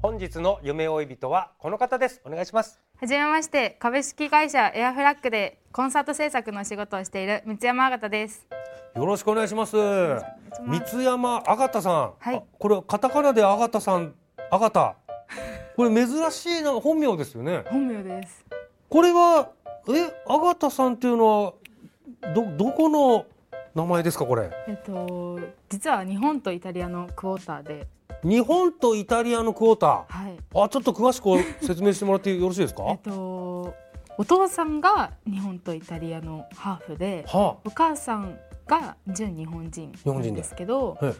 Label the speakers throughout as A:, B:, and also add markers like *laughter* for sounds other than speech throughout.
A: 本日の夢追い人はこの方ですお願いします
B: はじめまして株式会社エアフラッグでコンサート制作の仕事をしている三山あがたです
A: よろしくお願いします
B: 願いします
A: 三山あがたさん、
B: はい
A: あこれカタカナであがたさんあがたこれ珍しいな本名ですよね
B: 本名です
A: これはえあがたさんっていうのはどどこの名前ですかこれ
B: えっと実は日本とイタリアのクォーターで
A: 日本とイタリアのクォータ
B: はい
A: ーあちょっと詳しく説明してもらってよろしいですか
B: えっとお父さんが日本とイタリアのハーフで
A: は
B: お母さんが純日本人
A: 日
B: な
A: 本人
B: ん
A: で
B: ですけど
A: あ、はい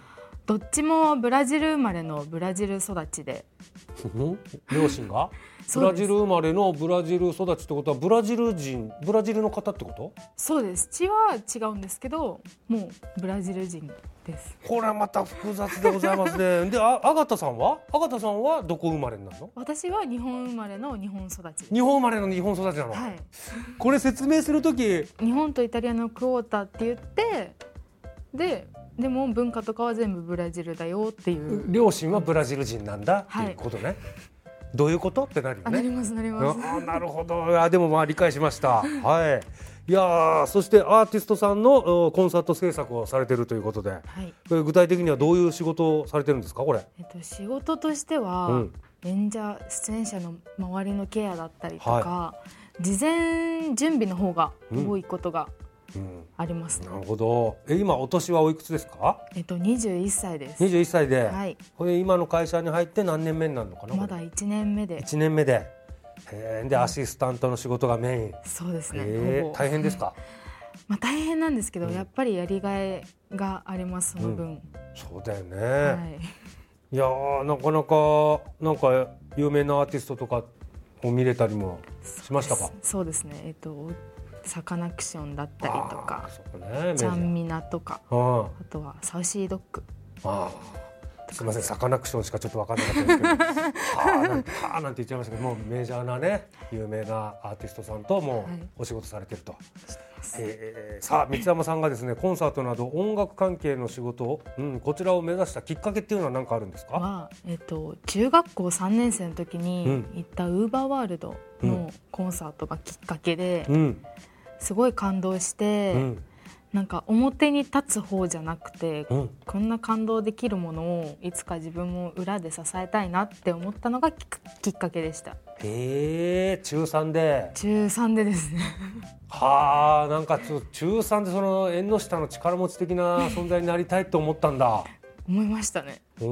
B: どっちもブラジル生まれのブラジル育ちで
A: うん両親がブ
B: そう
A: ラ
B: です
A: ジル生まれのブラジル育ちってことはブラジル人ブラジルの方ってこと
B: そうです血は違うんですけどもうブラジル人です
A: これはまた複雑でございますね
B: *laughs*
A: でああがたさんはあがたさんはどこ生まれになるの
B: 私は日本生まれの日本育ちです
A: 日本生まれの日本育ちなの、
B: はい
A: これ説明する時
B: 日本とイタリアのクォーターって言ってででも文化とかは全部ブラジルだよっていう、
A: 両親はブラジル人なんだって
B: はい
A: いうことね、どういうことってなるよ
B: あなり
A: ね
B: ますなります
A: あなるほどあでもまあ理解しましたはいいやーそしてアーティストさんのおコンサート制作をされてるということで
B: はい
A: これ具体的にはどういう仕事をされてるんですかこれ
B: えっと、仕事としては、
A: うん
B: 演者出演者の周りのケアだったりとか、
A: は
B: 事前準備の方が多いことが
A: うん
B: あります、
A: なるほどえ今お年はおいくつですか
B: えっと、21歳です
A: 21歳で、
B: はい
A: これ今の会社に入って何年目になるのかな
B: まだ1年目で
A: 1年目でへーでアシスタントの仕事がメイン
B: そうですね
A: へー
B: ほぼ
A: 大変ですか
B: まあ、大変なんですけど、
A: うん
B: やっぱりやりがいがありますその分、
A: そうだよね、
B: はい
A: いやーなかなかなんか有名なアーティストとかを見れたりもしましたか。
B: そうですねえっとサカナクションだったりと
A: あ
B: か
A: ーそうね。
B: ちゃん
A: メジ
B: みなとか
A: ャーうん。
B: あとはサウシードッグ
A: あーすみませんサカナクションしかちょっと分かんなかったんですけど。 *laughs* はーなんてはーなんて言っちゃいましたけどもうメジャーなね有名なアーティストさんとも
B: はいう
A: お仕事されてると。えーさあ三山さんがですねコンサートなど音楽関係の仕事を、うん、こちらを目指したきっかけっていうのは何かあるんですか。
B: は、えっと、中学校3年生の時に
A: う
B: 行ったウーバーワールドのコンサートがきっかけで
A: うん。
B: すごい感動し
A: う
B: て、
A: ん。
B: なんか表に立つ方じゃなくて、
A: うん。
B: こんな感動できるものをいつか自分も裏で支えたいなって思ったのがきっかきっかけでした
A: へえ中3で
B: 中3でで
A: *laughs*
B: すね
A: はあなんかちょっと中3でその縁の下の力持ち的な存在になりたいと思ったんだ
B: 思いましたね
A: へ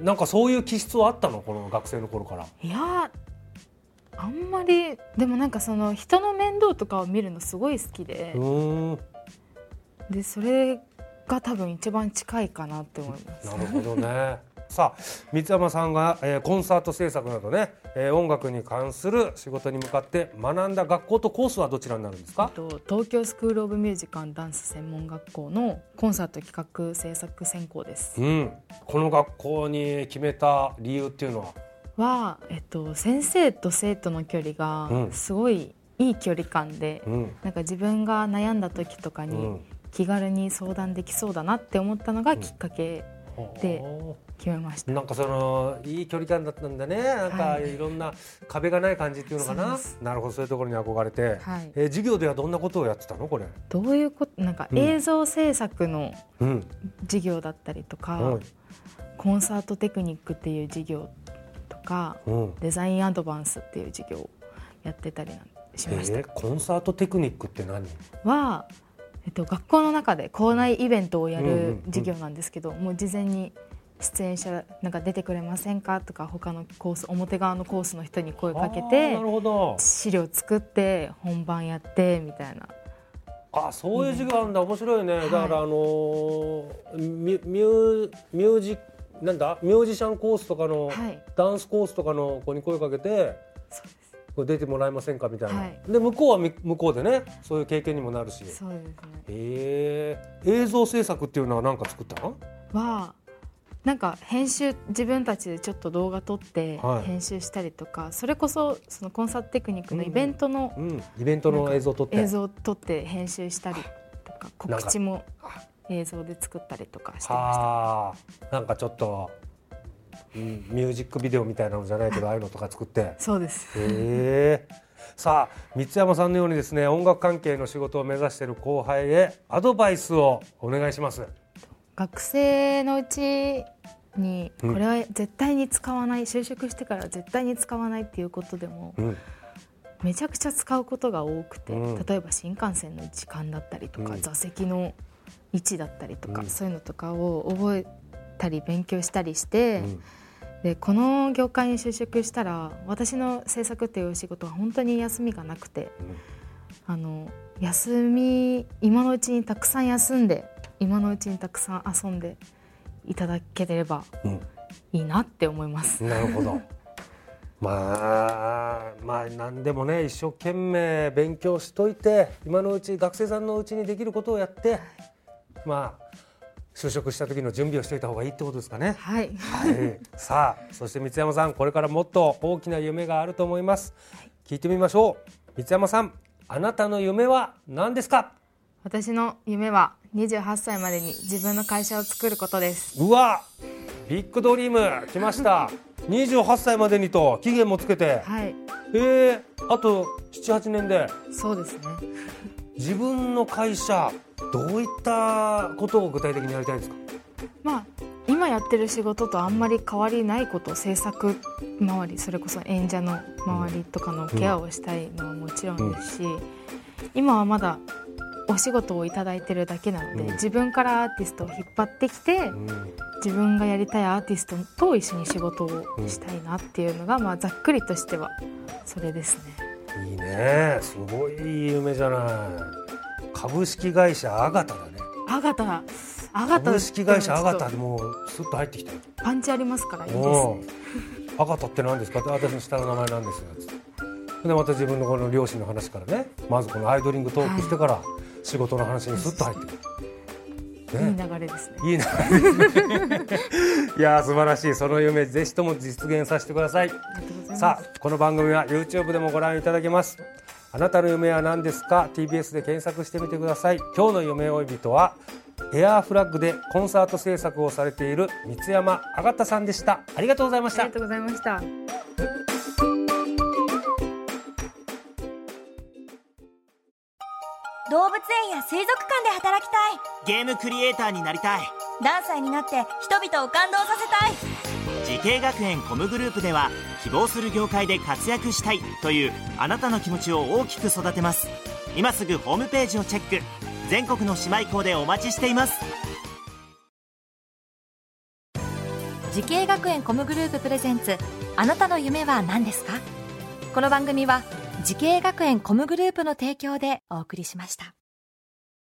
A: えなんかそういう気質はあったのこの学生の頃から
B: いやあんまりでもなんかその人の面倒とかを見るのすごい好きで
A: う、ーんな
B: でそれが多分一番近いかなって思います。
A: るほど
B: *laughs*
A: ねさあ三山さんが、えーコンサート制作などね、えー音楽に関する仕事に向かって学んだ学校とコースはどちらになるんですか
B: あと東京スクール・オブ・ミュージカル・ダンス専門学校のコンサート企画制作専攻です。
A: うん、この学校に決めた理由っていうのは
B: は、えっと、先生と生徒の距離
A: う
B: が
A: ん
B: すごいいい距離感で、
A: うん、
B: なんか自分が悩んだ時とか
A: う
B: に
A: ん、
B: 気軽に相談できそうだなって思ったのがきっかけ
A: は
B: で
A: あ
B: 決めました。
A: なんかそのいい距離感だったんだね。なんか
B: はい
A: ろんな壁がない感じっていうのかな。
B: そうです
A: なるほどそういうところに憧れて。
B: はい
A: えー授業ではどんなことをやってたのこれ。
B: どういうことなんか
A: うん
B: 映像制作の
A: うん。
B: 授業だったりとか、
A: うん
B: コンサートテクニックっていう授業とか
A: うん
B: デザインアドバンスっていう授業をやってたりなんしました、
A: えーコンサートテクニックって何
B: は、えっと、学校の中で校内イベントをや
A: うんうんう
B: る
A: ん
B: 授業なんですけど、もう事前に出演者なんか出てくれませんかとか他のコース表側のコースの人に声かけ
A: あー
B: て
A: なるほど
B: 資料作って本番やってみたいな
A: あそういう授業あるんだ面白いね、
B: はい
A: だからあのーミュミューミュージなんだミュージシャンコースとかの、
B: はい
A: ダンスコースとかの子に声かけて
B: そうです
A: これ出てもらえませんかみたいな、
B: はい
A: で向こうはみ向こうでねそういう経験にもなるし
B: そうですね
A: えー、映像制作っていうのは何か作ったの
B: はなんか編集自分たちでちょっと動画撮って
A: はい
B: 編集したりとか、それこそそのコンサートテクニックのイベントの
A: うんイベントの映像撮って
B: 映像を撮って編集したりと
A: なん
B: か
A: か
B: 告知も映像で作ったりとかしてました。
A: はあなんかちょっと、うんミュージックビデオみたいなのじゃないけどああいうのとか作
B: *laughs*
A: って
B: そうです。
A: へえさあ三山さんのようにですね音楽関係の仕事を目指している後輩へアドバイスをお願いします。
B: 学生のうちに
A: うん
B: これは絶対に使わない、就職してから絶対に使わないっていうことでも
A: うん
B: めちゃくちゃ使うことが多くて、
A: うん
B: 例えば新幹線の時間だったりとか、
A: うん
B: 座席の位置だったりとか、
A: うん
B: そういうのとかを覚えたり勉強したりして、
A: うん
B: でこの業界に就職したら私の制作っていう仕事は本当に休みがなくてあの休み今のうちにたくさん休んで今のうちにたくさん遊んでいただければ
A: うん
B: いいなって思います。
A: なるほど。 *laughs* まあまあ何でもね一生懸命勉強しといて今のうち学生さんのうちにできることをやってまあ就職した時の準備をしておいた方がいいってことですかね。
B: はい、
A: はい、さあそして三山さんこれからもっと大きな夢があると思います、聞いてみましょう三山さんあなたの夢は何ですか
B: 私の夢は28歳までに自分の会社を作ることです。
A: うわビッグドリーム来ました28歳までにと期限もつけて、
B: はい、
A: えー、あと78年で
B: そうですね。
A: 自分の会社どういったことを具体的にやりたいですか
B: まあ今やってる仕事とあんまり変わりないこと制作周りそれこそ演者の周りとかのケアをしたいのはもちろんですし、今はまだお仕事をいただいてるだけなので、
A: うん
B: 自分からアーティストを引っ張ってきて、
A: うん
B: 自分がやりたいアーティストと一緒に仕事をしたいなっていうのが、まあ、ざっくりとしてはそれですね。
A: いいねすごいいい夢じゃない株式会社アガタだね
B: アガタアガタ
A: 株式会社アガタ
B: ち
A: で
B: ょっ
A: もうスッと入ってきたよ
B: とパンチありますからいいです
A: お
B: ね。
A: アガタって何ですかって私の下の名前なんですよつってでまた自分のこの両親の話からねまずこのアイドリングトークしてから仕事の話にスッと入ってくる、
B: いい
A: ね、
B: 流れですね。
A: いいな *laughs* いやー素晴らしいその夢ぜひとも実現させてください
B: ありがとうございます。
A: さあこの番組は YouTube でもご覧いただけますあなたの夢は何ですか TBS で検索してみてください今日の夢追い人はエアーフラッグでコンサート制作をされている三山あがたさんでしたありがとうございまし
B: あ
A: た
B: りがとうございました。
C: 動物園や水族館で働きたい
D: ゲームクリエイターになりたい
C: 何歳になって人々を感動させたい
D: 時系学園コムグループでは希望する業界で活躍したいというあなたの気持ちを大きく育てます今すぐホームページをチェック全国の姉妹校でお待ちしています
E: 時系学園コムグループプレゼンツあなたの夢は何ですかこの番組は時系学園コムグループの提供でお送りしました